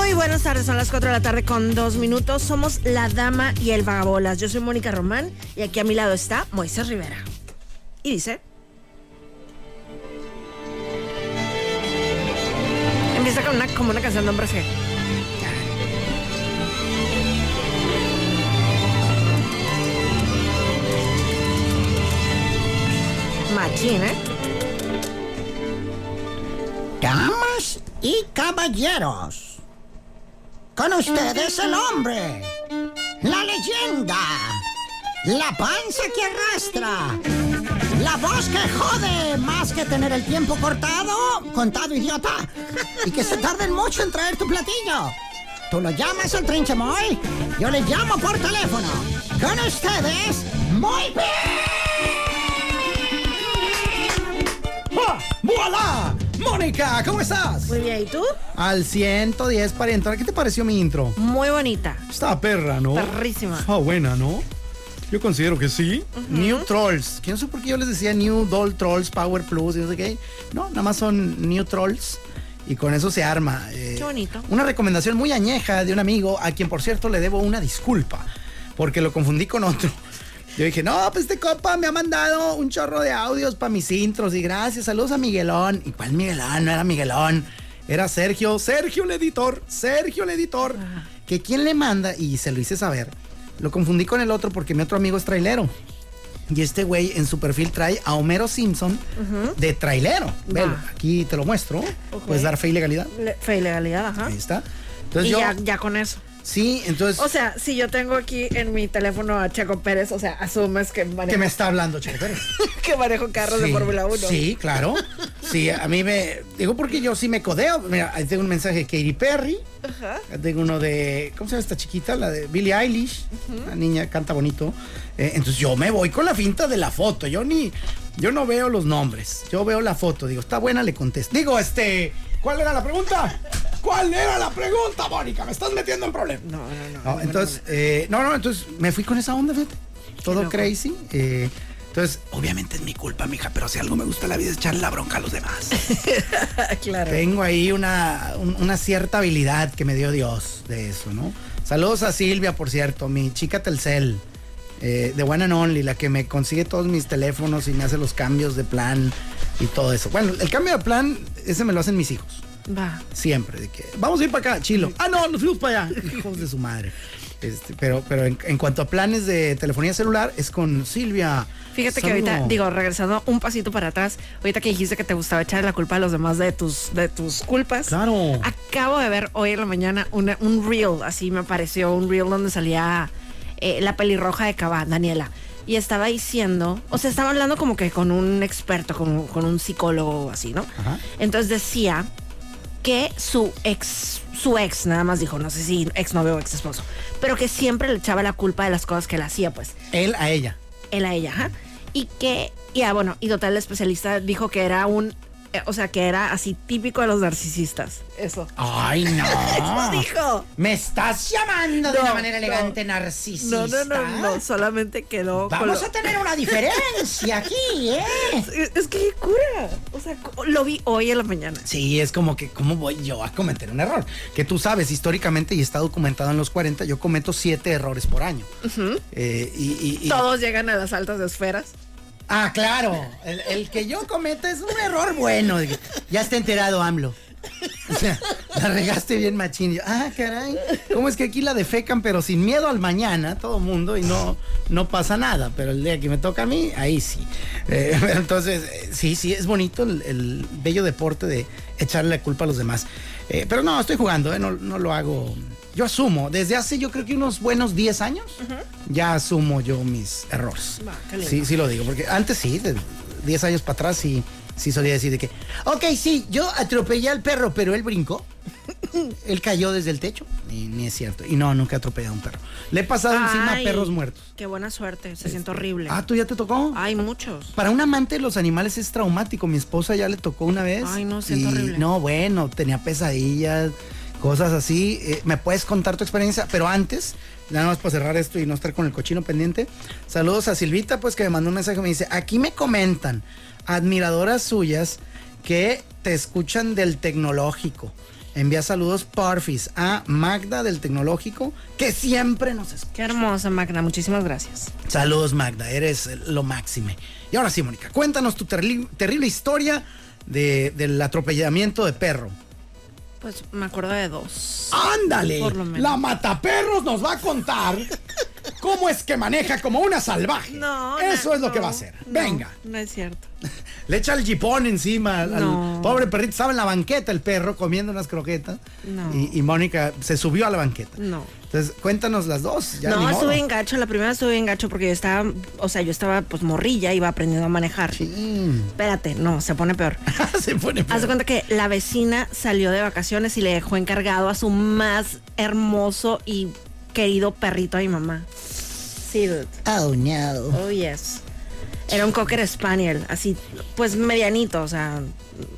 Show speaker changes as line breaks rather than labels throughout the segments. Muy buenas tardes, son las 4 de la tarde con dos minutos. Somos la dama y el vagabolas. Yo soy Mónica Román y aquí a mi lado está Moisés Rivera. Y dice... Empieza con una, como una canción de hombres G. Machín, ¿eh?
Damas y caballeros, con ustedes el hombre, la leyenda, la panza que arrastra, la voz que jode más que tener el tiempo cortado, contado idiota, y que se tarden mucho en traer tu platillo. Tú lo llamas el trinchemoy, yo le llamo por teléfono. Con ustedes, muy bien. ¡Ah! ¡Voilà! Mónica, ¿cómo estás?
Muy bien, ¿y tú?
Al 110 para entrar. ¿Qué te pareció mi intro?
Muy bonita.
Está perra, ¿no?
Perrísima.
Está buena, ¿no? Yo considero que sí. New Trolls. Que no sé por qué yo les decía New Doll Trolls, Power Plus y no sé qué. No, nada más son New Trolls. Y con eso se arma. eh,
Qué bonito.
Una recomendación muy añeja de un amigo, a quien por cierto le debo una disculpa, porque lo confundí con otro. Yo dije, no, pues este copa me ha mandado un chorro de audios para mis intros y gracias, saludos a Miguelón. ¿Y cuál Miguelón? No era Miguelón, era Sergio, Sergio el editor, Sergio el editor. Que quien le manda, y se lo hice saber, lo confundí con el otro porque mi otro amigo es trailero. Y este güey en su perfil trae a Homero Simpson de trailero. Velo, aquí te lo muestro. Puedes dar fe y legalidad.
Le- Fe y legalidad, ajá.
Ahí está.
Y
Entonces Pues yo.
ya, ya con eso.
Sí, entonces.
O sea, si yo tengo aquí en mi teléfono a Checo Pérez, o sea, asumes que
que
manejo,
me está hablando, Checo Pérez.
que manejo carros de
Sí,
Fórmula 1.
Sí, claro. Sí, a mí me. Digo porque yo sí me codeo. Mira, ahí tengo un mensaje de Katy Perry. Tengo uno de. ¿Cómo se llama esta chiquita? La de Billie Eilish. La niña canta bonito. Eh, entonces yo me voy con la finta de la foto. Yo ni. Yo no veo los nombres. Yo veo la foto. Digo, está buena, le contesto. Digo, este. ¿Cuál era la pregunta? ¿Cuál era la pregunta, Mónica? Me estás metiendo en problemas.
No, no, no.
No, entonces, eh, no, no, entonces me fui con esa onda, fíjate. Todo
loco.
crazy. eh, entonces, obviamente es mi culpa, mija, pero si algo me gusta en la vida es echarle la bronca a los demás.
claro.
Tengo ahí una, un- una cierta habilidad que me dio Dios de eso, ¿no? Saludos a Silvia, por cierto, mi chica Telcel, eh, de One and Only, la que me consigue todos mis teléfonos y me hace los cambios de plan y todo eso. Bueno, el cambio de plan, ese me lo hacen mis hijos.
Va.
Siempre, de que vamos a ir para acá, chilo. Ah, no, nos fuimos para allá. Hijos de su madre. Este, pero pero en, en cuanto a planes de telefonía celular, es con Silvia.
Fíjate que
Saludo.
ahorita, digo, regresando un pasito para atrás, ahorita que dijiste que te gustaba echar la culpa a los demás de tus, de tus culpas.
Claro.
Acabo de ver hoy en la mañana una- un reel, así me apareció un reel donde salía eh, la pelirroja de Cava, Daniela. Y estaba diciendo, o sea, estaba hablando como que con un experto, como con un psicólogo así, ¿no?
Ajá.
Entonces decía que su ex, su ex nada más dijo, no sé si ex novio o ex esposo, pero que siempre le echaba la culpa de las cosas que él hacía, pues
Él a ella.
él a ella, ajá. Y que, y ah, bueno, y total, el especialista dijo que era un, eh, o sea, que era así típico de los narcisistas. Eso.
Ay, no. Ah.
Eso dijo.
Me estás llamando de
No,
una manera
no.
elegante narcisista.
No, no, no, no, solamente quedó. con
Vamos
lo-
a tener una diferencia aquí, ¿eh?
Es- Es que qué cura. O sea, co- lo vi hoy en la mañana.
Sí, es como que, ¿cómo voy yo a cometer un error? Que tú sabes, históricamente, y está documentado en los 40, yo cometo 7 errores por año. Eh, y, y- y-
Todos llegan a las altas esferas.
Ah, claro. El, el que yo cometa es un error bueno. Ya está enterado AMLO. O sea, La regaste bien machín. Y yo, ah, caray. ¿Cómo es que aquí la defecan, pero sin miedo al mañana, todo mundo, y no, no pasa nada? Pero el día que me toca a mí, ahí sí. Eh, entonces, eh, sí, sí, es bonito el, el bello deporte de echarle la culpa a los demás. Eh, pero no, estoy jugando, eh, no, no lo hago. Yo asumo, desde hace yo creo que unos buenos 10 años, ya asumo yo mis errores.
Va, qué lindo.
Sí, sí lo digo, porque antes sí, de 10 años para atrás sí, sí solía decir de que, ok, sí, yo atropellé al perro, pero él brincó. él cayó desde el techo. Y ni es cierto. Y no, nunca he atropellado a un perro. Le he pasado encima a
Ay,
perros muertos.
Qué buena suerte, se siente horrible.
Ah, ¿tú ya te tocó?
Hay muchos.
Para un amante de los animales es traumático. Mi esposa ya le tocó una vez.
Ay, no, siento
y,
horrible.
No, bueno, tenía pesadillas, cosas así. Eh, ¿Me puedes contar tu experiencia? Pero antes, nada más para cerrar esto y no estar con el cochino pendiente. Saludos a Silvita, pues que me mandó un mensaje. Me dice, aquí me comentan admiradoras suyas que te escuchan del tecnológico. Envía saludos, Porfis, a Magda del Tecnológico, que siempre nos escucha.
Qué hermosa, Magna, muchísimas gracias.
Saludos Magda, eres lo máxime. Y ahora sí, Mónica, cuéntanos tu terli- terrible historia de- del atropellamiento de perro.
Pues me acuerdo de dos.
¡Ándale!
Por lo menos.
La mataperros nos va a contar cómo es que maneja como una salvaje.
No,
Eso
na-
es lo que
no,
va a hacer.
no,
Venga,
No es cierto.
le echa el jipón encima al, al
No.
pobre perrito. Estaba en la banqueta el perro comiendo unas croquetas.
No.
Y, y Mónica se subió a la banqueta.
No.
Entonces, cuéntanos las dos. ya ni
no,
modo.
estuve en gacho, la primera estuve en gacho porque yo estaba, o sea, yo estaba pues morrilla, iba aprendiendo a manejar.
Sí.
Espérate, no, se pone peor.
se pone
Haz de
peor.
cuenta que la vecina salió de vacaciones y le dejó encargado a su más hermoso y querido perrito a mi mamá. Sí, dude.
Oh, no.
Oh, yes. Era un cocker spaniel, así, pues medianito, o sea,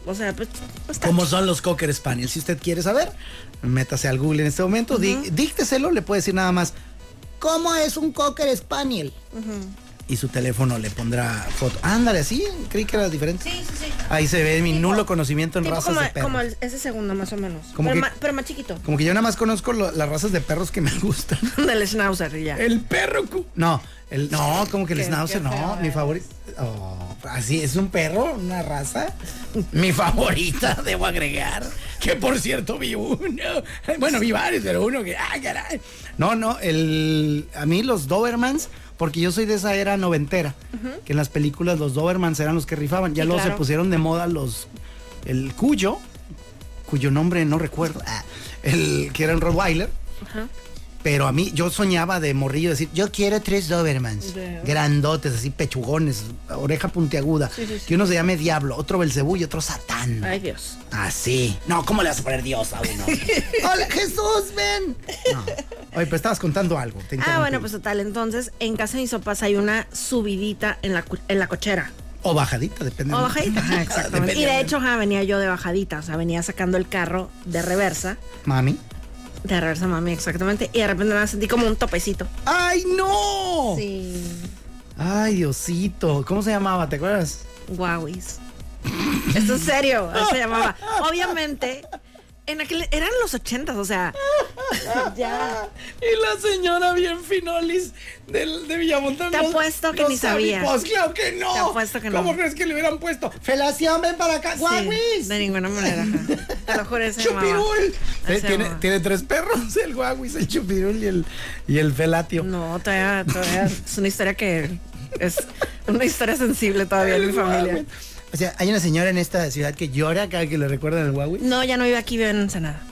o sea, pues está
cómo son los Cocker Spaniels. Si usted quiere saber, métase al Google en este momento, dí- dícteselo, le puede decir nada más
¿Cómo es un Cocker Spaniel?
y su teléfono le pondrá foto. Ándale, sí, creí que era diferente. Sí, sí, sí. Ahí se ve mi nulo conocimiento en
tipo
razas
como,
de perros.
como el- ese segundo más o menos,
Como
pero,
que-
ma- pero más chiquito.
Como que yo nada más conozco lo- las razas de perros que me gustan.
Del schnauzer y ya.
El perro. cu- No, el, no, como que el
Qué-
schnauzer,
qué feo eh.
no, mi
es.
favorito. Oh, así es un perro, una raza. Mi favorita, debo agregar. Que por cierto vi uno. Bueno, vi varios, pero uno que. ¡Ah, caray! No, no, el, a mí los Dobermans, porque yo soy de esa era noventera, que en las películas los Dobermans eran los que rifaban. Ya
Sí,
luego se
claro.
pusieron de moda los. El cuyo, cuyo nombre no recuerdo, ah, el que era un Rottweiler. Pero a mí, yo soñaba de morrillo decir, yo quiero tres Dobermans,
Veo.
grandotes, así pechugones, oreja puntiaguda, que uno se llame Diablo, otro Belcebú y otro Satán.
Ay, Dios.
Así. No, ¿cómo le vas a poner Dios a uno? ¡Hola, Jesús, ven! No. Oye, pero estabas contando algo. te
Ah,
interrumpí.
bueno, pues total, entonces en casa de mis papás hay una subidita en la, cu- en la cochera.
O bajadita, depende.
O bajadita.
Ajá,
Exactamente.
depende.
Y de hecho, ajá, venía yo de bajadita, o sea, venía sacando el carro de reversa,
Mami.
de reversa, mami, exactamente, y de repente me sentí como un topecito.
¡Ay, no!
Sí.
Ay, Diosito. ¿Cómo se llamaba? ¿Te acuerdas?
Guauis. Esto es serio, así se llamaba. Obviamente, en aquel, eran los ochentas, o sea, ya.
Y la señora bien finolis del, de Villamontana.
Te
no-
apuesto que
no
ni sabía.
Pues claro que no.
Te apuesto que no.
¿Cómo crees que le hubieran puesto? Felación, ven para acá.
Sí,
Guaguis.
de ninguna manera. ajá. Te lo juro, ese
Chupirul. Eh,
se
tiene,
llamaba.
tiene tres perros, el guaguis, el chupirul y el, y el felatio.
No, todavía, todavía es una historia que es una historia sensible todavía en mi
El
familia.
guagui. O sea, hay una señora en esta ciudad que llora cada que le recuerdan el guagui.
No, ya no vive aquí, vive en Ensenada.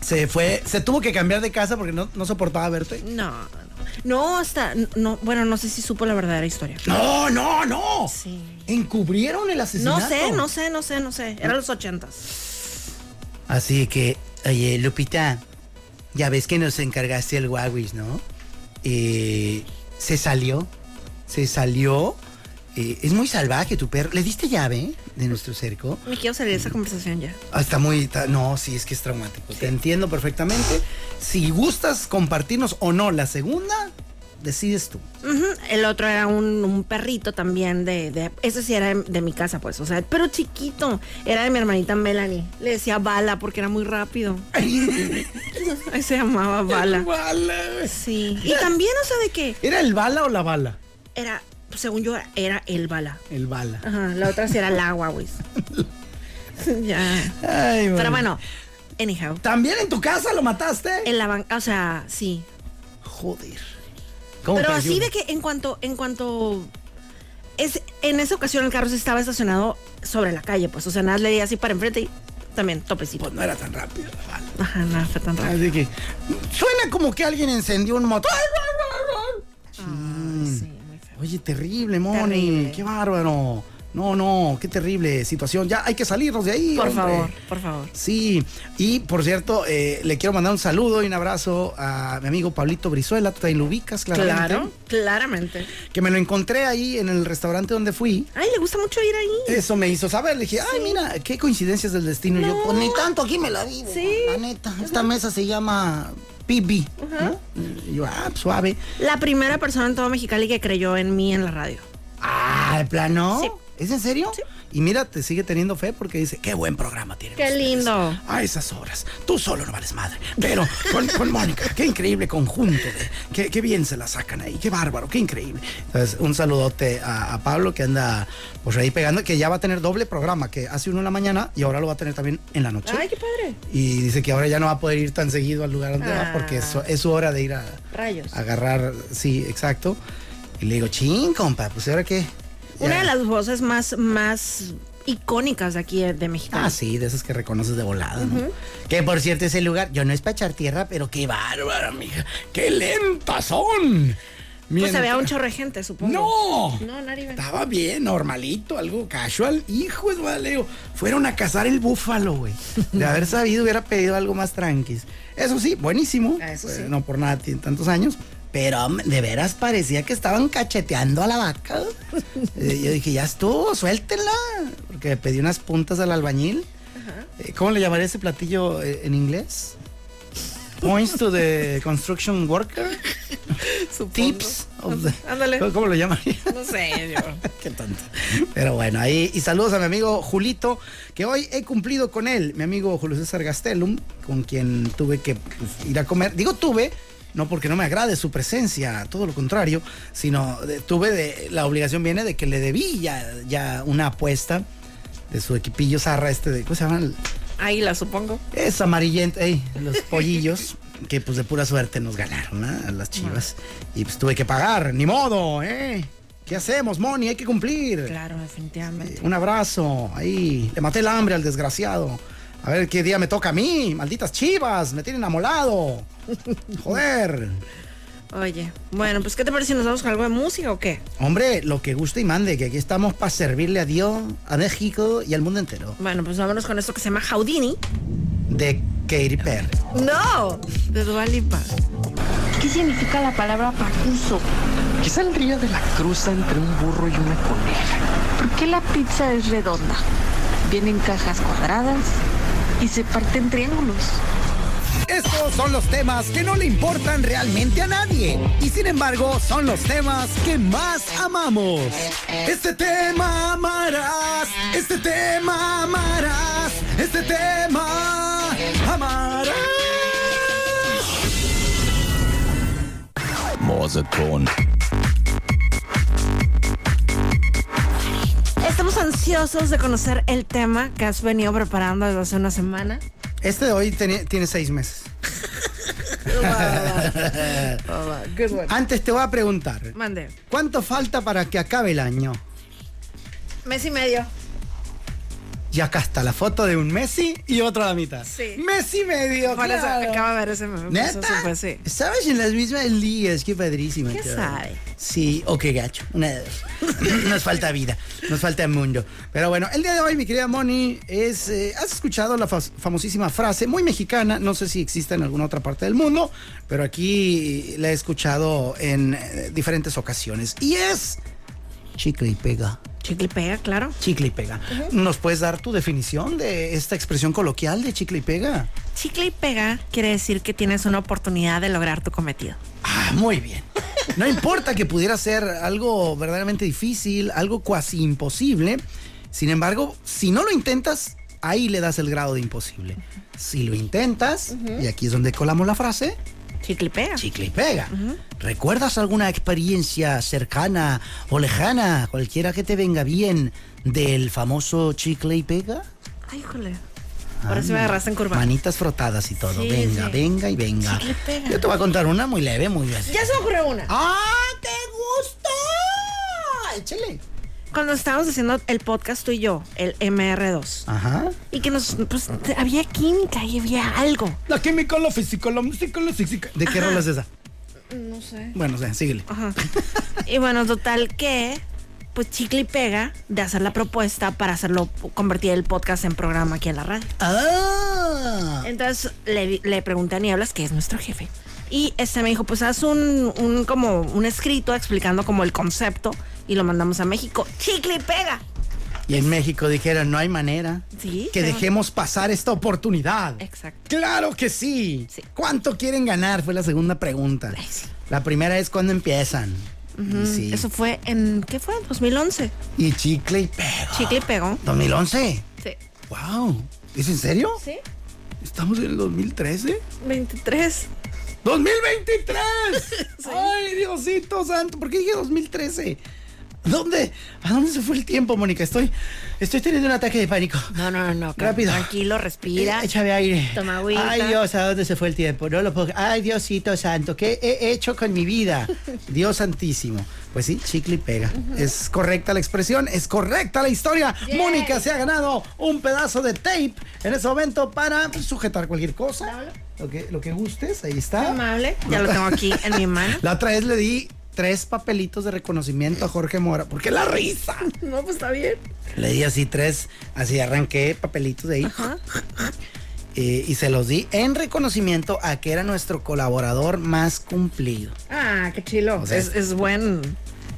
Se fue, se tuvo que cambiar de casa porque no, no soportaba verte.
No, no. No, hasta, no, bueno, no sé si supo la verdadera historia.
No, no, no.
Sí.
Encubrieron el asesinato.
No sé, no sé, no sé, no sé. Eran los ochentas.
Así que, oye, Lupita, ya ves que nos encargaste el Huawei, ¿no? Eh, se salió, se salió. Eh, es muy salvaje tu perro. ¿Le diste llave de nuestro cerco?
Me quiero salir de esa conversación ya.
Ah, Está muy... ta- no, sí, es que es traumático. Te entiendo perfectamente. Si gustas compartirnos o no la segunda, decides tú.
Ujú, El otro era un, un perrito también de, de- Ese sí era de, de mi casa, pues. O sea, pero chiquito. Era de mi hermanita Melanie. Le decía bala porque era muy rápido. Ahí se llamaba bala. Sí. Y también, o sea, de que
¿Era el bala o la bala?
era, según yo, era el bala.
El bala.
Ajá, la otra sí era el agua, güey. ya.
Ay,
Pero bueno, Anyhow.
¿También en tu casa lo mataste?
En la banca, o sea, sí.
Joder. ¿Cómo
Pero
te
así
ayudo?
de que en cuanto, en cuanto. Es, en esa ocasión el carro se estaba estacionado sobre la calle, pues. O sea, nada le di así para enfrente y también topecito.
Pues no era tan rápido la bala.
Ajá, nada, fue tan rápido.
Ah, Así que suena como que alguien encendió un motor.
Ay, Ah, sí, muy feo.
Oye, terrible, Moni.
Terrible.
Qué bárbaro. No, no, qué terrible situación. Ya hay que salirnos de ahí.
Por
hombre.
favor, por favor.
Sí, y por cierto, eh, le quiero mandar un saludo y un abrazo a mi amigo Pablito Brizuela, tú también lo ubicas, claramente.
Claro, claramente.
Que me lo encontré ahí en el restaurante donde fui.
Ay, le gusta mucho ir ahí.
Eso me hizo saber, le dije, ay, mira, qué coincidencias del destino. Y yo,
Pues ni tanto aquí me la vivo.
Sí.
La neta. Esta mesa se llama Pibi.
¿no? Y yo, ah, suave.
La primera persona en todo Mexicali que creyó en mí en la radio.
Ah, ¿de plano?
Sí.
¿Es en serio?
Sí.
Y mira, te sigue teniendo fe porque dice, qué buen programa tiene.
Qué lindo.
A esas horas, tú solo no vales madre. Pero con, con Mónica, qué increíble conjunto. de- qué, qué bien se la sacan ahí, qué bárbaro, qué increíble. Entonces, un saludote a, a Pablo que anda por ahí pegando, que ya va a tener doble programa, que hace uno en la mañana y ahora lo va a tener también en la noche.
Ay, qué padre.
Y dice que ahora ya no va a poder ir tan seguido al lugar donde va
Ah.
porque es, su- es su hora de ir a,
Rayos.
a agarrar. Sí, exacto. Y le digo, ching, compa, pues ahora qué.
Una
Ya.
de las voces más, más icónicas de aquí eh, de Mexicali.
Ah, sí, de esas que reconoces de volada, ¿no? Que por cierto, ese lugar, yo no es para echar tierra, pero qué bárbara, mija. ¡Qué lentas son!
Pues se
Mientras-
vea un chorre de gente, supongo.
¡No! Ah,
No, nadie ve.
Estaba bien, normalito, algo casual. Hijo de Valeo, fueron a cazar el búfalo, güey. De haber sabido, hubiera pedido algo más tranquis. Eso sí, buenísimo.
Ah, eso
Eh,
sí.
No por nada tiene tantos años. Pero hombre, de veras parecía que estaban cacheteando a la vaca. Eh, Yo dije, ya estuvo, suéltenla. Porque pedí unas puntas al albañil. Eh, ¿Cómo le llamaría ese platillo eh, en inglés? Points to the construction worker. Tips. of the-
Ándale.
¿Cómo lo llamaría?
No sé, yo.
Qué tonto. Pero bueno, ahí. Y saludos a mi amigo Julito, que hoy he cumplido con él, mi amigo Julio César Gastelum, con quien tuve que pues, ir a comer. Digo tuve, no porque no me agrade su presencia, todo lo contrario, sino de- tuve de, la obligación viene de que le debí ya, ya una apuesta de su equipillo zarra este de. ¿Cómo se llama? El-
Ahí la supongo.
es amarillento, ey, los pollillos, que pues de pura suerte nos ganaron ¿ah? a las chivas. Y pues tuve que pagar, ni modo, ¿eh? ¿Qué hacemos, Moni? Hay que cumplir.
Claro, definitivamente.
Un abrazo, ahí. Le maté el hambre al desgraciado. A ver qué día me toca a mí. Malditas chivas, me tienen amolado. Joder.
Oye, bueno, pues ¿qué te parece si nos vamos con algo de música o qué?
Hombre, lo que guste y mande, que aquí estamos para servirle a Dios, a México y al mundo entero.
Bueno, pues vámonos con esto que se llama Houdini.
De Katy Perry.
No, de Dualipa.
¿Qué significa la palabra pacuso?
¿Qué saldría de la cruza entre un burro y una coneja?
¿Por qué la pizza es redonda? Viene en cajas cuadradas y se parte en triángulos.
Estos son los temas que no le importan realmente a nadie y sin embargo son los temas que más amamos. Este tema amarás, este tema amarás, este tema amarás.
Morseton.
Estamos ansiosos de conocer el tema que has venido preparando desde hace una semana.
Este de hoy tiene, tiene seis meses. Antes te voy a preguntar,
Mande.
¿cuánto falta para que acabe el año?
Mes y medio.
Y acá está la foto de un Messi y otra a la mitad.
Sí.
Messi medio.
Por eso
claro.
acaba de ver ese meme. por Pues eso
¿Neta?
supe, sí.
Estabas en las mismas ligas, qué padrísimo.
¿Qué
Qué
sabe?
Sí, o qué gacho. Una de dos. nos falta vida, nos falta mundo. Pero bueno, el día de hoy, mi querida Moni, es. eh, ¿Has escuchado la fas- famosísima frase muy mexicana? No sé si existe en alguna otra parte del mundo, pero aquí la he escuchado en eh, diferentes ocasiones. Y es. Chicle y pega.
Chicle y pega, claro.
Chicle y pega. ¿Nos puedes dar tu definición de esta expresión coloquial de chicle y pega?
Chicle y pega quiere decir que tienes una oportunidad de lograr tu cometido.
Ah, muy bien. No importa que pudiera ser algo verdaderamente difícil, algo cuasi imposible. Sin embargo, si no lo intentas, ahí le das el grado de imposible. Si lo intentas, y aquí es donde colamos la frase,
Chicle y pega.
chicle y pega. ¿Recuerdas alguna experiencia cercana o lejana, cualquiera que te venga bien, del famoso chicle y pega? Ah,
Ay, híjole. Ahora sí me agarraste en curva.
Manitas frotadas y todo.
Sí,
venga,
sí.
venga y venga.
Sí, le pega.
Yo te voy a contar una muy leve, muy leve.
Ya se me ocurrió una.
¡Ah, te gustó! Échale.
Cuando estábamos haciendo el podcast tú y yo, el MR2,
Ajá.
y que nos, pues, había química y había algo.
La química, la física, la música, la física. ¿De qué rola es esa?
No sé.
Bueno, o sea, síguele.
Ajá. Y bueno, total que, pues chicle y pega de hacer la propuesta para hacerlo, convertir el podcast en programa aquí en la radio.
Ah.
Entonces le, di- le pregunté a Nieblas, que es nuestro jefe, y este me dijo, pues haz un, un como un escrito explicando como el concepto y lo mandamos a México. Chicle y pega.
Y en México dijeron, no hay manera
Sí,
que
pero-
dejemos pasar esta oportunidad.
Exacto.
Claro que sí.
Sí.
¿Cuánto quieren ganar? Fue la segunda pregunta.
Ay, sí.
La primera es cuándo empiezan. Y sí.
Mm, Eso fue en, ¿qué fue? 2011.
Y chicle y pega.
Chicle y pegó.
2011.
Sí.
Wow. ¿Es en serio?
¿Sí?
¿Estamos en el 2013?
23.
¡2023! ¡Ay, Diosito santo! ¿Por qué dije 2013? ¿Dónde? ¿A dónde se fue el tiempo, Mónica? Estoy, estoy teniendo un ataque de pánico.
No, no, no, no. calma,
Rápido.
Tranquilo, respira.
Eh, Échame aire.
Toma agüita.
Ay, Dios, ¿a dónde se fue el tiempo? No lo puedo- Ay, Diosito santo, ¿qué he hecho con mi vida? Dios santísimo. Pues sí, chicle y pega. Es correcta la expresión, es correcta la historia. Mónica se ha ganado un pedazo de tape en ese momento para sujetar cualquier cosa.
Dámelo.
Lo que, lo que gustes, ahí está.
Amable. ah. Ya lo tengo aquí en mi mano.
La otra vez le di tres papelitos de reconocimiento a Jorge Mora, porque la risa.
No, pues está bien.
Le di así tres, así arranqué papelitos de ahí. Eh, y se los di en reconocimiento a que era nuestro colaborador más cumplido.
Ah, qué chilo.
O sea,
es, es buen,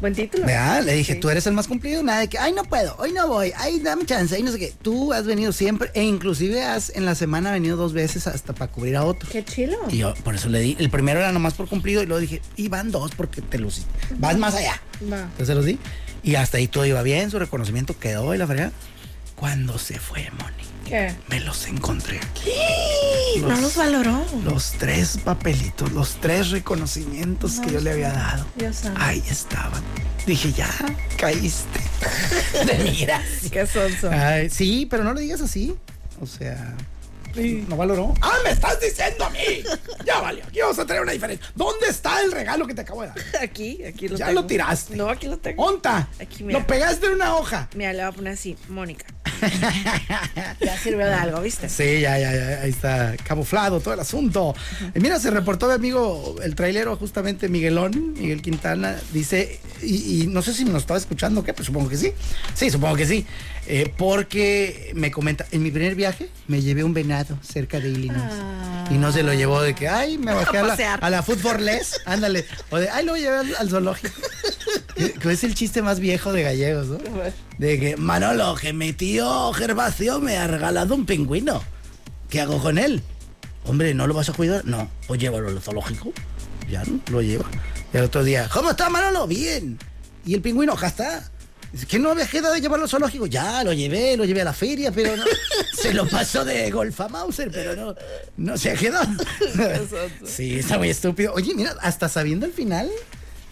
buen título.
¿Verdad? Le dije,
Sí.
tú eres el más cumplido, nada de que, ay, no puedo, hoy no voy, ay, dame chance, ay, no sé qué. Tú has venido siempre, e inclusive has en la semana venido dos veces hasta para cubrir a otro.
Qué chilo.
Y yo, por eso le di, el primero era nomás por cumplido, y luego dije, y van dos porque te luciste, vas más allá.
Va.
Entonces se los di. Y hasta ahí todo iba bien, su reconocimiento quedó y la fregada. Cuando se fue, Moni,
¿Qué?
me los encontré aquí.
No los valoró.
Los tres papelitos, los tres reconocimientos que yo le había dado.
Dios santo.
Ahí estaban. Dije, ya, caíste. De mi gracia.
Qué sonso.
Ay, sí, pero no lo digas así. O sea, no valoró. ¡Ah, me estás diciendo a mí! Ya valió, aquí vamos a tener una diferencia. ¿Dónde está el regalo que te acabo de dar?
Aquí, aquí lo
Ya
tengo.
lo tiraste.
No, aquí lo tengo.
¡Onta!
Aquí, mira.
Lo pegaste en una hoja.
Mira, le voy a poner así, Mónica. Ya sirvió de algo, ¿viste?
Sí, ya, ya, ya, ahí está camuflado todo el asunto. Y Mira, se reportó mi amigo, el trailero, justamente Miguelón, Miguel Quintana, dice, y, y no sé si nos estaba escuchando o qué, pues supongo que sí. Sí, supongo que sí. Eh, porque me comenta, en mi primer viaje me llevé un venado cerca de Illinois. Y no se lo llevó de que, ay, me bajé a, la,
pasear.
a la Food for Less, ándale. O de, ay, lo llevé al, al zoológico. Que- que es el chiste más viejo de gallegos, ¿no? De que, Manolo, que mi tío Gervasio me ha regalado un pingüino. ¿Qué hago con él? Hombre, ¿no lo vas a cuidar? No, pues llévalo al zoológico. Ya, ¿no? Lo lleva. Y al otro día, ¿cómo está Manolo? Bien. ¿Y el pingüino? Acá está. Dice, ¿Que no había quedado de llevarlo al zoológico? Ya, lo llevé, lo llevé a la feria, pero no. Se lo pasó de golf a Mauser, pero no, no se ha quedado. sí, está muy estúpido. Oye, mira, hasta sabiendo el final,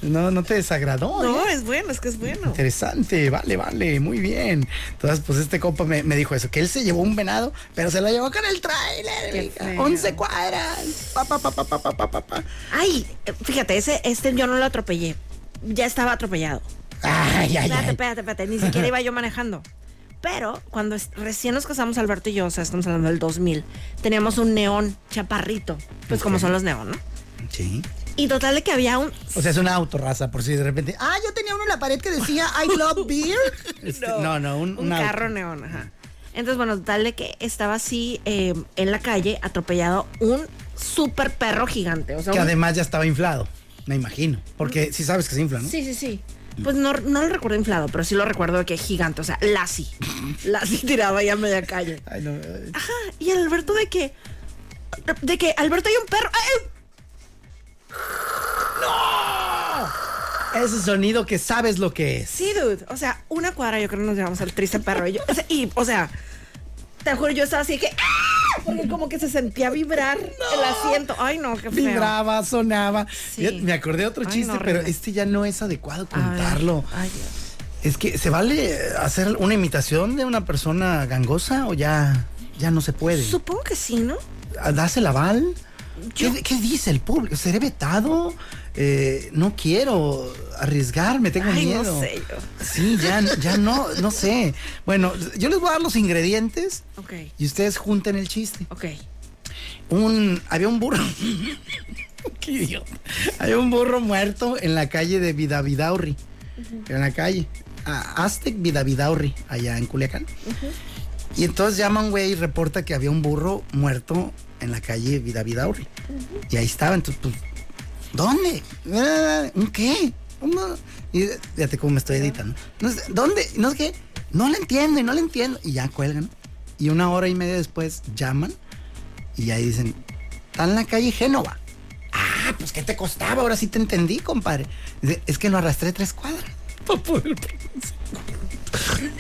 no, no te desagradó. ¿eh?
No, es bueno, es que es bueno.
Interesante, vale, vale, muy bien. Entonces, pues este compa me, me dijo eso, que él se llevó un venado, pero se lo llevó con el
Qué
tráiler.
feo.
11 cuadras. Pa, pa, pa, pa, pa, pa, pa, pa.
Ay, eh, fíjate, ese, este yo no lo atropellé. Ya estaba atropellado.
Ay, ay,
Espérate,
ay.
espérate, espérate. Ni siquiera iba yo manejando. Pero cuando es- recién nos casamos Alberto y yo, o sea, estamos hablando del 2000, teníamos un neón chaparrito. Pues como son los neón, ¿no?
Sí.
Y total de que había un...
O sea, es una autorraza, por si de repente. Ah, yo tenía uno en la pared que decía I love beer. Este, no. no, un,
un
un auto.
carro neón, ajá. Entonces, bueno, total de que estaba así eh, en la calle atropellado un super perro gigante. O sea,
Que
un-
además ya estaba inflado, me imagino. Porque si sabes que se infla, ¿no?
Mm. Sí, sí, sí. Pues no, no lo recuerdo inflado, pero sí lo recuerdo de que gigante, o sea, Lassie. Lassie tiraba ya a media calle.
Ay, no, eh,
Ajá, y el Alberto de que... De que, Alberto, hay un perro... ¡Ay!
Ese sonido que sabes lo que es.
Sí, dude. O sea, una cuadra yo creo que nos llevamos al triste perro. Y, yo- o sea, y, o sea, te juro, yo estaba así que... ¡ah! Porque como que se sentía vibrar el asiento. Ay, no, qué feo.
Vibraba, sonaba.
Sí.
Fíjate, Me acordé de otro
Ay,
chiste,
no,
pero
horrible.
este ya no es adecuado
Ay,
contarlo.
Ay, Dios.
Es que se vale hacer una imitación de una persona gangosa o ya ya no se puede.
Supongo que sí, ¿no?
¿Das el aval? ¿Qué, qué dice el público? ¿Seré vetado? Eh, no quiero arriesgarme, tengo
Ay,
miedo.
no sé yo.
Sí, ya, ya no, no sé. Bueno, yo les voy a dar los ingredientes
Ok,
y ustedes junten el chiste.
ok.
Un, había un burro. qué idiota. Había un burro muerto en la calle de Vidavidaurri. En la calle. A- Aztec Vidavidaurri, allá en Culiacán. Y entonces llama un güey y reporta que había un burro muerto en la calle Vidavidaurri. Y ahí estaba, entonces, pues, ¿dónde? Ah, ¿Un qué? ¿Cómo? Y fíjate cómo me estoy editando. No sé, ¿Dónde? No sé qué. No le entiendo y no le entiendo. Y ya cuelgan. Y una hora y media después llaman y ahí dicen, está en la calle Génova. Ah, pues ¿qué te costaba? Ahora sí te entendí, compadre. Dice, es que lo arrastré tres cuadras. Para poder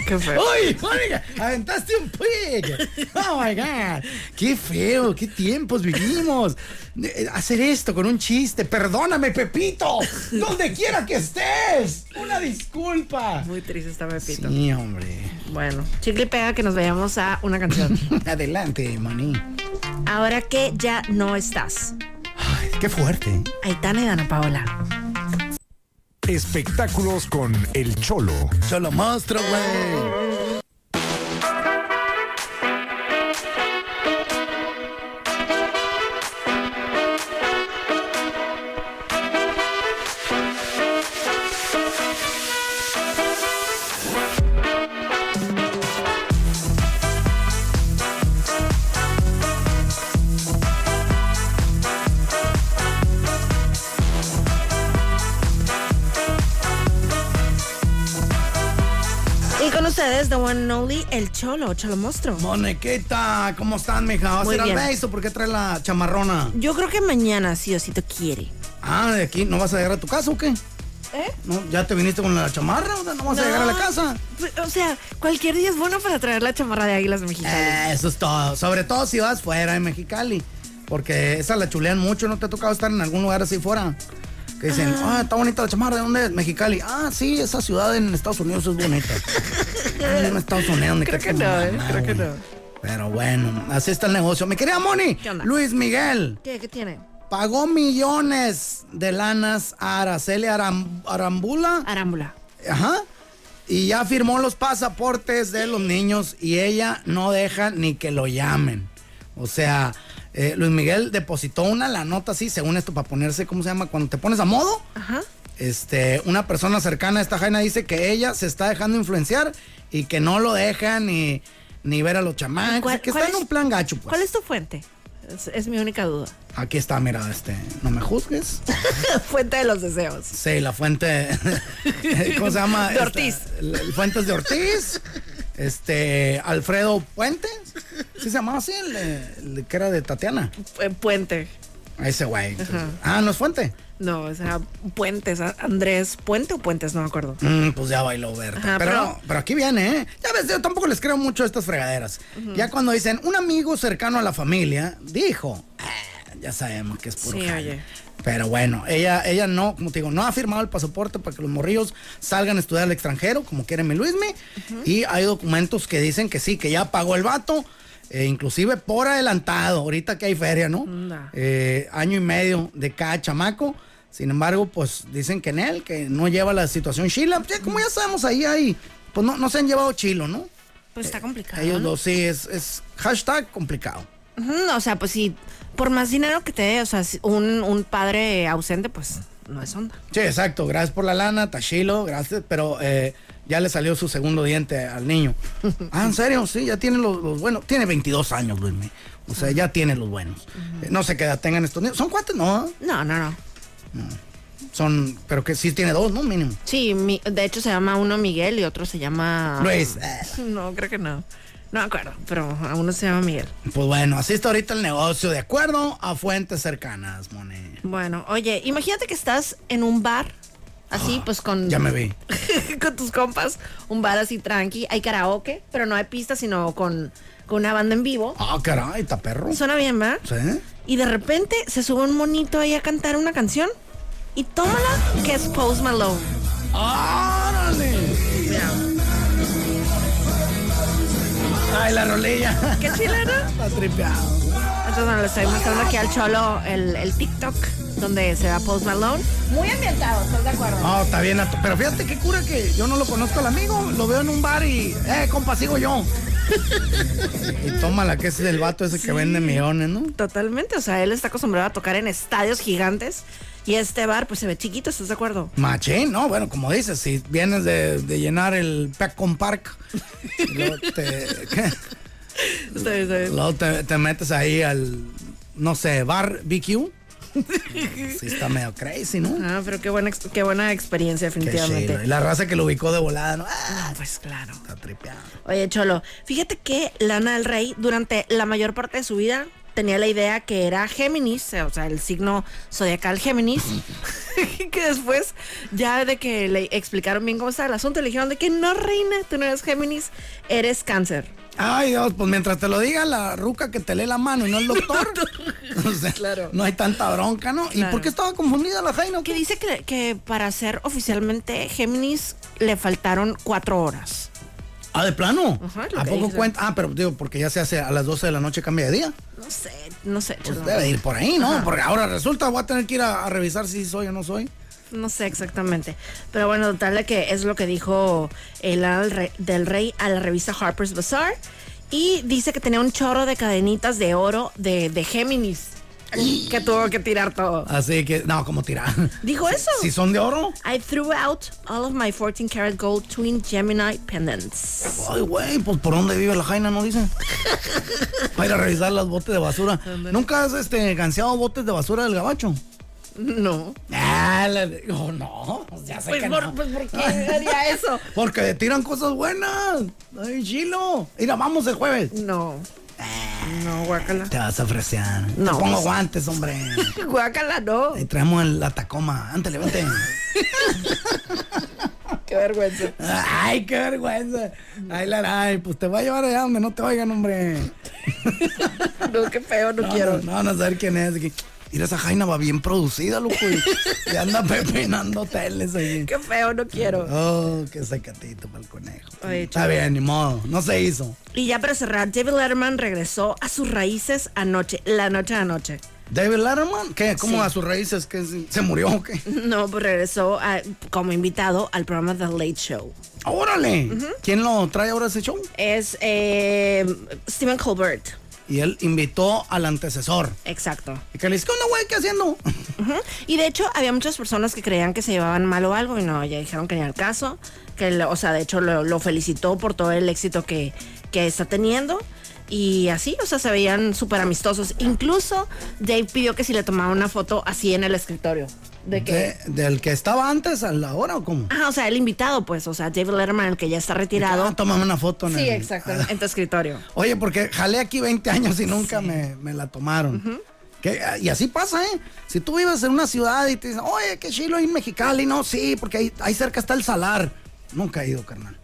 Qué feo.
¡Ay, oiga! ¡Aventaste un pig! ¡Oh, my God! ¡Qué feo! ¡Qué tiempos vivimos! Eh, Hacer esto con un chiste. ¡Perdóname, Pepito! ¡Donde quiera que estés! ¡Una disculpa!
Muy triste está Pepito.
Sí, hombre.
Bueno, chicle y pega que nos vayamos a una canción.
Adelante, maní.
Ahora que ya no estás.
Ay, ¡Qué fuerte!
Aitana y Dana Paola.
Espectáculos con El Cholo.
¡Solo monstruo, güey!
Y con ustedes, The One and Only, el Cholo, Cholo Monstruo.
Monequeta, ¿cómo están, mija? ¿Vas a
Muy
ir al
bien.
beso? ¿Por qué traes la chamarrona?
Yo creo que mañana, si Diosito quiere.
Ah, de aquí, ¿no vas a llegar a tu casa o qué?
¿Eh?
No, ¿Ya te viniste con la chamarra? O sea, ¿No vas a llegar a la casa?
Pues, O sea, cualquier día es bueno para traer la chamarra de Águilas Mexicanas.
Eh, Eso es todo. Sobre todo si vas fuera de Mexicali. Porque esa la chulean mucho. ¿No te ha tocado estar en algún lugar así fuera? Que dicen, ah, está bonita la chamarra. ¿De dónde es? Mexicali. Ah, sí, esa ciudad en Estados Unidos es bonita. Ah, en Estados Unidos. donde
Creo
creo
que no, eh, creo que no.
Pero bueno, así está el negocio. Mi querida Moni,
¿Qué onda?
Luis Miguel
¿Qué, ¿Qué tiene?
pagó millones de lanas a Araceli Aram- Arambula.
Arámbula.
Ajá. Y ya firmó los pasaportes de los niños y ella no deja ni que lo llamen. O sea, eh, Luis Miguel depositó una la nota así, según esto, para ponerse, ¿cómo se llama? Cuando te pones a modo.
Ajá.
Este, una persona cercana a esta Jaina dice que ella se está dejando influenciar y que no lo deja ni, ni ver a los chamacos.
¿Cuál-
que
cuál
está en
es-
un plan gacho, pues.
¿Cuál es tu fuente? Es, es mi única duda.
Aquí está, mira, este, no me juzgues.
fuente de los deseos.
Sí, la fuente. ¿Cómo se llama?
De
Esta,
Ortiz.
la- la- Fuentes de Ortiz. Este, Alfredo Puentes. Sí se llamaba así, el, de- el de- que era de Tatiana.
Pu- Eh, Puente.
Ese güey. Ah, no es Fuente.
No, o sea, Puentes. a- Andrés, ¿puente o Puentes? No me acuerdo.
Mm, pues ya bailó Berta.
Ajá,
pero,
pero-
no, pero aquí viene, ¿eh? Ya ves, yo tampoco les creo mucho a estas fregaderas. Ya cuando dicen, un amigo cercano a la familia dijo, "Ah, ya sabemos que es puro
Sí,
jale".
oye.
Pero bueno, ella, ella no, como te digo, no ha firmado el pasaporte para que los morrillos salgan a estudiar al extranjero, como quiere mi Luismi. Y hay documentos que dicen que sí, que ya pagó el vato, eh, inclusive por adelantado, ahorita que hay feria, ¿no?
Nah.
eh, año y medio de cada chamaco. Sin embargo, pues dicen que en él, que no lleva la situación chila. Ya, como ya sabemos, ahí hay, pues no, no se han llevado chilo, ¿no?
Pues está complicado.
Ellos
¿no?
dos, sí, es, es hashtag complicado.
Ujú, O sea, pues sí, por más dinero que te dé, o sea, si un, un padre ausente, pues no es onda.
Sí, exacto. Gracias por la lana, Tachilo, gracias. Pero eh, ya le salió su segundo diente al niño. Ah, ¿en serio? Sí, ya tiene los, los buenos. Tiene 22 años, Luismi. O sea, ya tiene los buenos. Eh, no sé qué edad tengan estos niños. ¿Son cuates? No.
No, no, no.
Son, pero que sí tiene dos, ¿no? Mínimo.
Sí, mi- de hecho se llama uno Miguel y otro se llama...
Luis. eh.
No, creo que no. No me acuerdo, pero a uno se llama Miguel.
Pues bueno, así está ahorita el negocio, de acuerdo a fuentes cercanas, Mone.
Bueno, oye, imagínate que estás en un bar, así pues con...
Ah, Ya me vi.
con tus compas, un bar así tranqui, hay karaoke, pero no hay pista, sino con, con una banda en vivo.
Ah, caray, está perro.
Suena bien, ¿verdad?
¿Sí?
Y de repente se sube un monito ahí a cantar una canción y tómala que es Post Malone.
¡Órale!
Mira.
Ay, la rolilla.
¿Qué chilena?
Está tripeado.
Entonces, bueno, le estoy mostrando aquí al cholo el, el TikTok donde se va Post Malone. Muy ambientado, estoy de acuerdo.
No, está bien. a to- Pero fíjate qué cura que yo no lo conozco al amigo. Lo veo en un bar y, eh, compa, sigo yo. y tómala, que ese es el vato ese que vende millones, ¿no?
Totalmente, o sea, él está acostumbrado a tocar en estadios gigantes y este bar pues se ve chiquito, ¿estás de acuerdo?
Machín, ¿no? Bueno, como dices, si vienes de, de llenar el Pecon Park, y luego te,
Está bien, está bien.
luego te- te metes ahí al, no sé, bar BQ. Sí, está medio crazy, ¿no?
Ah, pero qué buena, ex- qué buena experiencia,
Qué
definitivamente.
chido. Y la raza que lo ubicó de volada, ¿no? Ah,
Ah, pues claro.
está tripeado.
Oye, Cholo, fíjate que Lana del Rey durante la mayor parte de su vida tenía la idea que era Géminis, o sea, el signo zodiacal Géminis, que después ya de que le explicaron bien cómo estaba el asunto, le dijeron de que no, reina, tú no eres Géminis, eres cáncer.
Ay, Dios, pues mientras te lo diga la ruca que te lee la mano y no el doctor. o sea,
Claro.
No hay tanta bronca, ¿no? ¿Y
Claro.
por qué estaba confundida la Jaina? o
Que
qué?
dice que, que para ser oficialmente Géminis le faltaron cuatro horas.
Ah, de plano.
Ajá, lo
¿A
que
poco
dice.
cuenta? Ah, pero digo, porque ya se hace a las 12 de la noche cambia de día.
No sé, no sé,
Pues
Cholo.
debe ir por ahí, ¿no? Porque ahora resulta, voy a tener que ir a, a revisar si soy o no soy.
No sé exactamente. Pero bueno, tal de que es lo que dijo el al re- del rey a la revista Harper's Bazaar. Y dice que tenía un chorro de cadenitas de oro de, de Géminis. Que tuvo que tirar todo.
Así que, no, como tirar.
¿Dijo eso?
Si son de oro.
I threw out all of my 14 karat gold twin Gemini pendants.
Ay, güey, pues por dónde vive la Jaina, no dice. Para ir a revisar las botes de basura. ¿Nunca has este, ganseado botes de basura del gabacho?
No.
Ah, le- oh, no, pues ya sé
Pues
que
por,
no.
pues, ¿por qué haría eso?
Porque tiran cosas buenas. Ay, chilo. Mira, vamos el jueves.
No. No, guácala.
Te vas a ofrecer.
No.
Te pongo guantes, hombre.
Guácala, no.
Ahí traemos el- la Tacoma. Ándale, vente.
Qué vergüenza.
Ay, qué vergüenza. Ay, la ay, pues te voy a llevar allá donde no te oigan, hombre.
No, qué feo, no,
No,
quiero.
No, no van a saber quién es. Que, Mira, esa Jaina va bien producida, loco. Y, y anda pepinando teles ahí.
Qué feo, no quiero.
Oh, qué sacatito para el conejo.
Oye,
Está bien, ni modo. No se hizo.
Y ya para cerrar, David Letterman regresó a sus raíces anoche, la noche de anoche.
David Letterman, ¿qué? ¿Cómo a sus raíces? que ¿Se murió o qué?
No, pues regresó a- como invitado al programa The Late Show.
¡Órale! ¿Quién lo trae ahora ese show?
Es eh, Stephen Colbert.
Y él invitó al antecesor.
Exacto.
Y que le dice, ¿qué onda, güey? ¿Qué haciendo?
Ujú. Y de hecho, había muchas personas que creían que se llevaban mal o algo y no, ya dijeron que ni al caso. Que, lo- o sea, de hecho, lo, lo felicitó por todo el éxito que, que está teniendo. Y así, o sea, se veían súper amistosos. Incluso Dave pidió que si le tomaba una foto así en el escritorio. De que.
¿De- ¿Del que estaba antes a la hora o cómo?
Ah, o sea, el invitado, pues, o sea, David Letterman, el que ya está
Ah,
retirado.
tómame una foto. en
Sí,
el- Ah.
exacto, en tu escritorio.
Oye, porque jalé aquí 20 años y nunca me, me la tomaron. Que- y así pasa, ¿eh? Si tú vives en una ciudad y te dicen, oye, qué chilo, hay en Mexicali, no, sí, porque ahí, ahí cerca está el salar. Nunca he ido, carnal.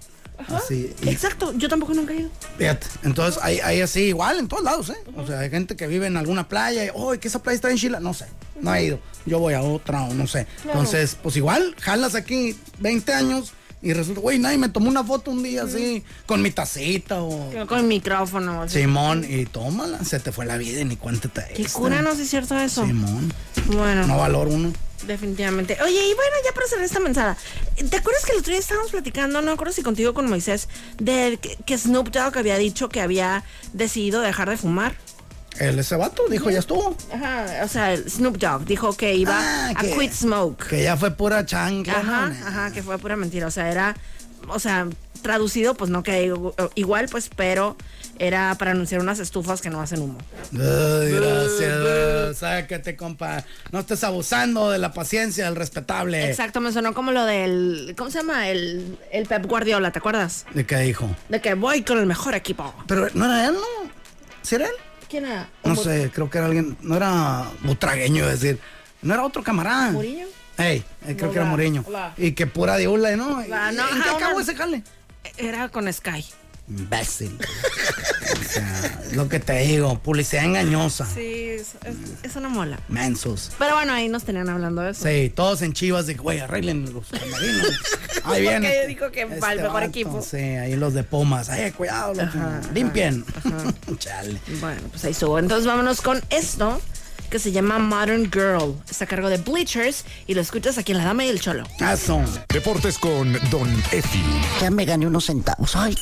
Así. y-
Exacto, yo tampoco nunca he ido.
Fíjate, entonces hay, hay así igual en todos lados, ¿eh? O sea, hay gente que vive en alguna playa y, oh, que esa playa está en Chile, no sé, no he ido, yo voy a otra o no sé. Entonces, pues igual, jalas aquí 20 años y resulta, güey, nadie me tomó una foto un día así, con mi tacita o
Yo con el micrófono. así.
Simón, y tómala, se te fue la vida y ni cuánto te
Qué cura, no sé si es cierto eso.
Simón,
Bueno,
no valor uno.
definitivamente. Oye, y bueno, ya para cerrar esta mensada, ¿te acuerdas que el otro día estábamos platicando, no acuerdo si contigo o con Moisés, de que, que Snoop Dogg había dicho que había decidido dejar de fumar?
El ese vato dijo, ya estuvo.
Ajá, o sea, el Snoop Dogg dijo que iba
Ah,
a
que-
quit smoke.
Que ya fue pura changa.
Ajá,
¿no?
ajá, que fue pura mentira. O sea, era, o sea, traducido, pues no que igu- igual, pues, pero era para anunciar unas estufas que no hacen humo.
Ay, gracias, güey. sácate, compa. No estés abusando de la paciencia del respetable.
Exacto, me sonó como lo del, ¿cómo se llama? El, el Pep Guardiola, ¿te acuerdas?
¿De qué dijo?
De que voy con el mejor equipo.
Pero no era él, ¿no? ¿Sí era él?
¿Quién era?
No sé, creo que era alguien. No era butragueño, es decir. No era otro camarada.
¿Muriño?
Ey, eh, creo
No,
que era
la-
Moriño.
la-
Y que pura diula, ¿no? ¿Y,
La- Ah, no,
y qué
ajá,
acabó
una-
ese jale?
Era con Sky.
Imbécil.
sea, lo que te digo, publicidad engañosa.
Sí, es, es- es una mola.
Mensos.
Pero bueno, ahí nos tenían hablando de eso.
Sí, todos en chivas de, güey, arreglen los camerinos. Ahí
Porque
viene.
dijo que
Este
va el mejor equipo.
Sí, ahí los de Pumas.
"Eh,
Ay, cuidado, loco.
Ajá, ajá,
limpien. Chale.
Bueno, pues ahí subo. Entonces vámonos con esto que se llama Modern Girl. Está a cargo de Bleachers y lo escuchas aquí en La Dama y el Cholo.
Caso.
Deportes con Don Efi.
Ya me gané unos centavos. Ay.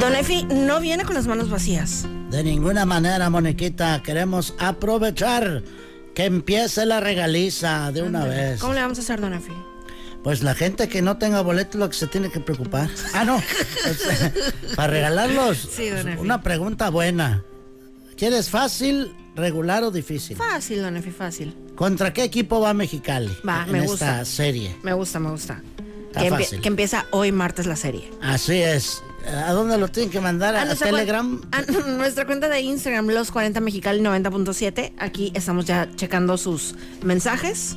Don Efi no viene con las manos vacías.
De ninguna manera, Moniquita, queremos aprovechar que empiece la regaliza de una vez.
¿Cómo le vamos a hacer, Don Efi?
Pues la gente que no tenga boleto lo que se tiene que preocupar. Ah, no. Pues, para regalarlos, pues,
Sí, don Efi.
una pregunta buena. ¿Quieres fácil, regular o difícil?
Fácil, Don Efi, fácil.
¿Contra qué equipo va Mexicali
Va,
en
me
esta
gusta.
serie?
Me gusta, me gusta.
Está
Que, empie-
fácil.
que empieza hoy martes la serie. Ah,
Así es. ¿A dónde lo tienen que mandar? ¿A,
nuestra cuen-
Ah, Telegram?
a nuestra cuenta de Instagram, los 40 Mexicali 90.7. Aquí estamos ya checando sus mensajes.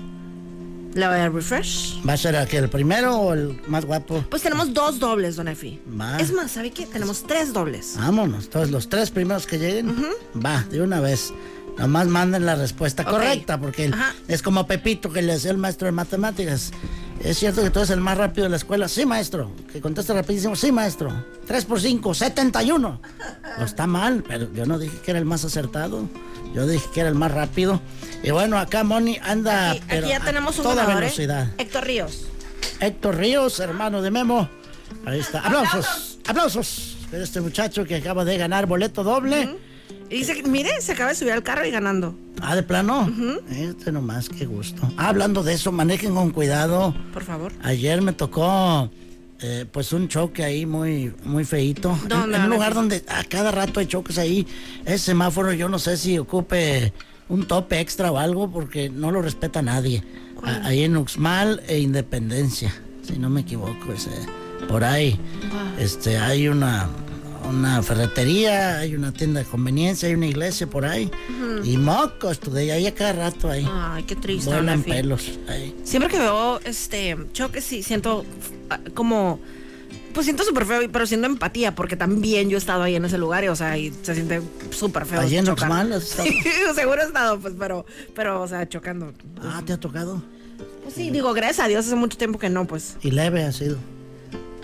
La voy a dar refresh.
¿Va a ser aquí el primero o el más guapo?
Pues tenemos dos dobles, Don Efi.
Va.
Es más, ¿sabe qué? Tenemos tres dobles.
Vámonos, entonces los tres primeros que lleguen, va, de una vez. Nomás manden la respuesta
Ok.
correcta, porque el-
Ajá.
es como Pepito que le decía el maestro de matemáticas. Es cierto que tú eres el más rápido de la escuela. Sí, maestro. Que contesta rapidísimo. Sí, maestro. 3 por 5, 71. No está mal, pero yo no dije que era el más acertado. Yo dije que era el más rápido. Y bueno, acá Moni anda
Aquí,
Ah, pero
aquí ya
a
tenemos un
toda
ganador, ¿eh?
velocidad.
Héctor Ríos.
Héctor Ríos, hermano de Memo. Ahí está. Aplausos, aplausos. Pero este muchacho que acaba de ganar boleto doble.
Y dice, que- mire, se acaba de subir al carro y ganando.
Ah, de plano. Este nomás, qué gusto. Ah, hablando de eso, manejen con cuidado.
Por favor.
Ayer me tocó eh, pues un choque ahí muy, muy feíto. En-
¿Dónde,
En,
Alex?
un lugar donde a cada rato hay choques ahí. Ese semáforo yo no sé si ocupe un tope extra o algo porque no lo respeta nadie. A- ahí en Uxmal e Independencia, si no me equivoco, ese, por ahí. Este, hay una una ferretería, hay una tienda de conveniencia, hay una iglesia por ahí. Y mocos, tú de ahí a cada rato ahí.
Ay, qué triste. don
Vuelan
Efi.
pelos ahí.
Siempre que veo este choque, sí, siento ah, como. Pues siento súper feo, pero siento empatía, porque también yo he estado ahí en ese lugar y, o sea, y se siente súper feo.
Allí en
chocar.
Oxmal has estado.
Sí, seguro he estado, pues, pero, pero, o sea, chocando.
Ah, ¿te ha tocado?
Pues sí, digo, gracias a Dios, hace mucho tiempo que no, pues.
Y leve ha sido.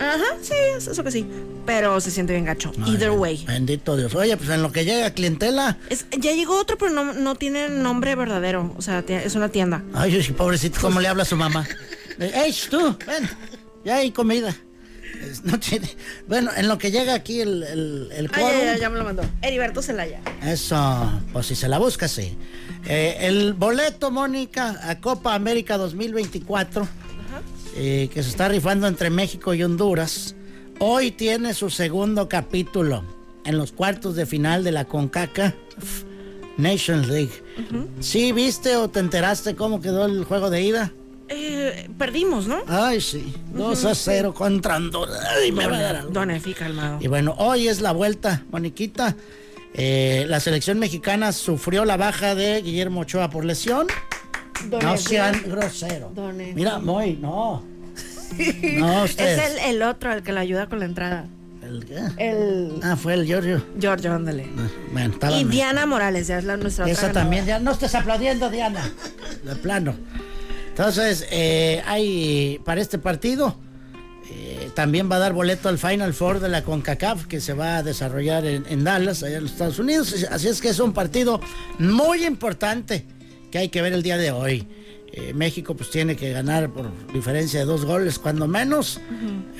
Ajá, sí, es- eso que sí. Pero se siente bien gacho. Either
Ay,
way.
Bendito Dios. Oye, pues en lo que llega clientela.
Es- ya llegó otro, pero no, no tiene nombre verdadero. O sea, tie- es una tienda.
Ay, sí, pobrecito, ¿cómo le habla a su mamá? Eh, ¡Ey, tú! Ven, ya hay comida. Es- No tiene... Bueno, en lo que llega aquí el, el, el
Ay,
quórum,
ya, ya, ya me lo mandó. Heriberto Celaya.
Eso, pues si se la busca, sí. Eh, el boleto, Mónica, a Copa América 2024, eh, que se está rifando entre México y Honduras, hoy tiene su segundo capítulo en los cuartos de final de la CONCACA Nations League. ¿Sí viste o te enteraste cómo quedó el juego de ida?
Eh, perdimos, ¿no?
Ay, sí, 2 a 0 contra Honduras. Ay, me va a dar algo.
Don Efi, calmado.
Y bueno, hoy es la vuelta, Moniquita. Eh, la selección mexicana sufrió la baja de Guillermo Ochoa por lesión. no sean grosero.
Don Efe.
Mira, Moy, no. No, usted.
Es el, el otro, el que le ayuda con la entrada.
¿El qué?
El
Ah, fue el Giorgio.
Giorgio, ándale.
Ah, Bueno, estaba.
Y Diana Morales, ya es la nuestra otra
Esa
ganadora.
también, ya no estés aplaudiendo, Diana. De plano. Entonces, eh, hay para este partido. eh, también va a dar boleto al Final Four de la CONCACAF que se va a desarrollar en, en Dallas, allá en los Estados Unidos. Así es que es un partido muy importante que hay que ver el día de hoy. Eh, México pues tiene que ganar por diferencia de dos goles cuando menos.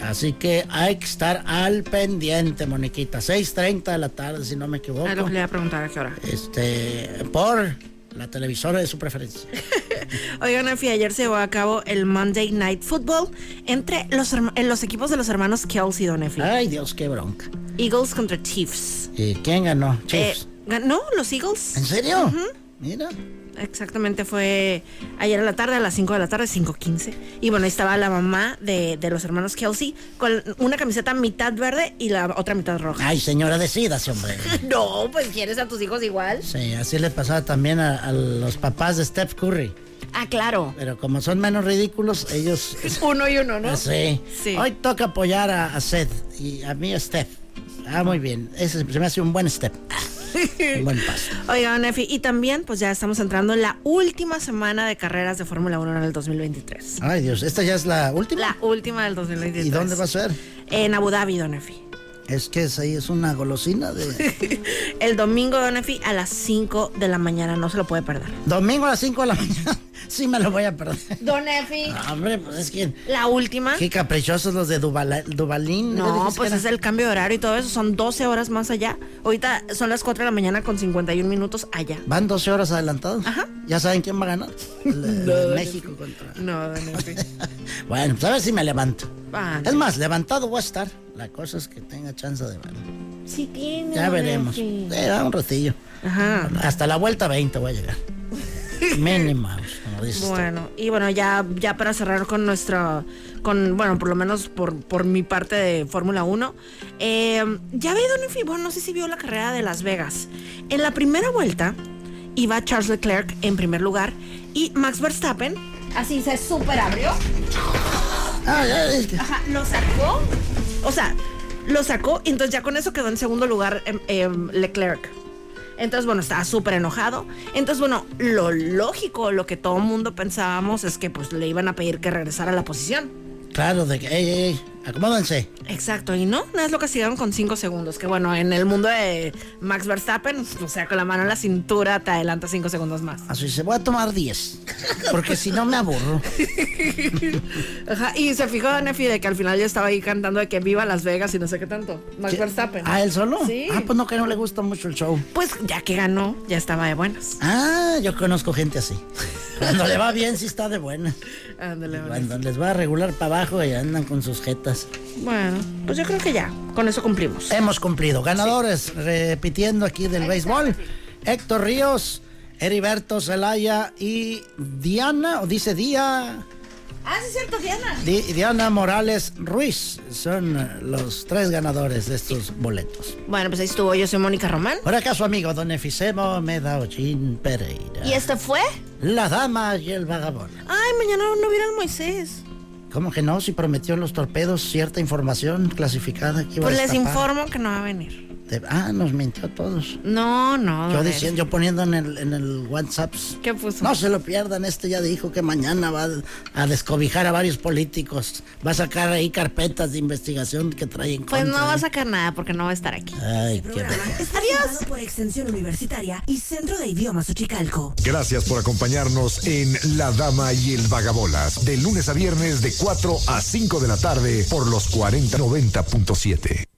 Así que hay que estar al pendiente, Moniquita. 6.30 de la tarde, si no me equivoco
Ah, lo que le iba a preguntar a qué hora.
este, por la televisora de su preferencia.
Oigan, Efi, ayer se llevó a cabo el Monday Night Football entre los, herma- en los equipos de los hermanos Kelsey, Don Efi.
Ay, Dios, qué bronca.
Eagles contra Chiefs.
¿Y quién ganó? Chiefs.
Eh, ¿Ganó los Eagles?
¿En serio? Mira.
Exactamente, fue ayer a la tarde, a las 5 de la tarde, 5.15. Y bueno, ahí estaba la mamá de, de los hermanos Kelsey con una camiseta mitad verde y la otra mitad roja.
Ay, señora, decídase, hombre.
No, pues quieres a tus hijos igual.
Sí, así le pasaba también a, a los papás de Steph Curry.
Ah, claro.
Pero como son menos ridículos, ellos... eh,
Uno y uno, ¿no?
Sí.
Sí.
Hoy toca apoyar a, a Seth y a mí a Steph. Ah, muy bien. Ese se me hace un buen step. un buen paso.
Oigan, Efi, y también pues ya estamos entrando en la última semana de carreras de Fórmula 1 en el 2023.
Ay, Dios, ¿esta ya es la última?
La última del 2023.
¿Y dónde va a ser?
En Abu Dhabi, Don Efi.
Es que es ahí es una golosina de...
El domingo, Don Efi, a las 5 de la mañana. No se lo puede perder.
Domingo a las 5 de la mañana. Sí me lo voy a perder.
Don Efi,
No, hombre, pues es que...
la última.
Qué caprichosos los de Duvala- Dubalín.
¿Ah? No,
dijiste
pues
que
es
era?
el cambio de horario y todo eso. Son 12 horas más allá. Ahorita son las 4 de la mañana con 51 minutos allá.
Van 12 horas adelantados.
Ajá.
¿Ya saben quién va a ganar? El- el México contra...
No, Don Efi.
Bueno, pues a ver si me levanto.
Ah,
Es más, levantado voy a estar. La cosa es que tenga chance de ganar.
sí tiene.
Ya
don
veremos.
Efi.
Eh, da un ratillo.
Ajá.
Hasta la vuelta 20 voy a llegar. Mínima, como dices. tú.
Bueno, y bueno, ya, ya para cerrar con nuestra, con, bueno, por lo menos por, por mi parte de Fórmula 1, eh, ya ve Don Efi, bueno, no sé si vio la carrera de Las Vegas. En la primera vuelta iba Charles Leclerc en primer lugar y Max Verstappen, así se super abrió,
Ah, ya, es que-
ajá, lo sacó, o sea, lo sacó, y entonces ya con eso quedó en segundo lugar em, em, Leclerc. Entonces, bueno, estaba súper enojado. Entonces, bueno, lo lógico, lo que todo mundo pensábamos es que pues le iban a pedir que regresara a la posición.
claro, de que, ey, ey, ey, acomódense.
Exacto, y no, nada más lo castigaron con 5 segundos. Que bueno, en el mundo de Max Verstappen, o sea, con la mano en la cintura te adelanta 5 segundos más.
Así se voy a tomar 10. Porque si no me aburro.
Ajá, y se fijó Nefi de que al final yo estaba ahí cantando de que viva Las Vegas y no sé qué tanto. Max
¿Qué?
Verstappen.
¿Ah, él solo?
Sí.
Ah, pues no, que no le gusta mucho el show.
Pues ya que ganó, ya estaba de buenas.
Ah, yo conozco gente así. Cuando le va bien, sí está de buena.
Ándale, ándale.
Cuando les va a regular para abajo y andan con sus jetas.
Bueno, pues yo creo que ya, con eso cumplimos.
Hemos cumplido. Ganadores, repitiendo aquí del béisbol. Héctor Ríos, Heriberto Zelaya y Diana, o dice Día,
Ah, sí, cierto, Diana.
Di- Diana Morales Ruiz. Son eh, los tres ganadores de estos boletos.
Bueno, pues ahí estuvo. Yo soy Mónica Román.
Por acá su amigo Don Efisemo Medaochín Pereira.
¿Y este fue?
La dama y el vagabundo.
Ay, mañana no viene el Moisés.
¿Cómo que no? Si prometió en los torpedos cierta información clasificada que iba
Pues
a
les
destapar.
informo que no va a venir.
Te- Ah, nos mintió a todos.
No, no.
Yo
don
diciendo, yo poniendo en el, en el WhatsApp.
¿Qué puso?
No se lo pierdan, este ya dijo que mañana va a descobijar a varios políticos. Va a sacar ahí carpetas de investigación que traen
Efi. Pues no va a sacar nada porque no va a estar aquí.
¿eh?". Ay, qué
Programa
vergüenza.
es presentado por Extensión Universitaria y Centro de Idiomas Uchicalco.
Gracias por acompañarnos en La Dama y el Vagabolas, de lunes a viernes de 4 a 5 de la tarde por los 4090.7.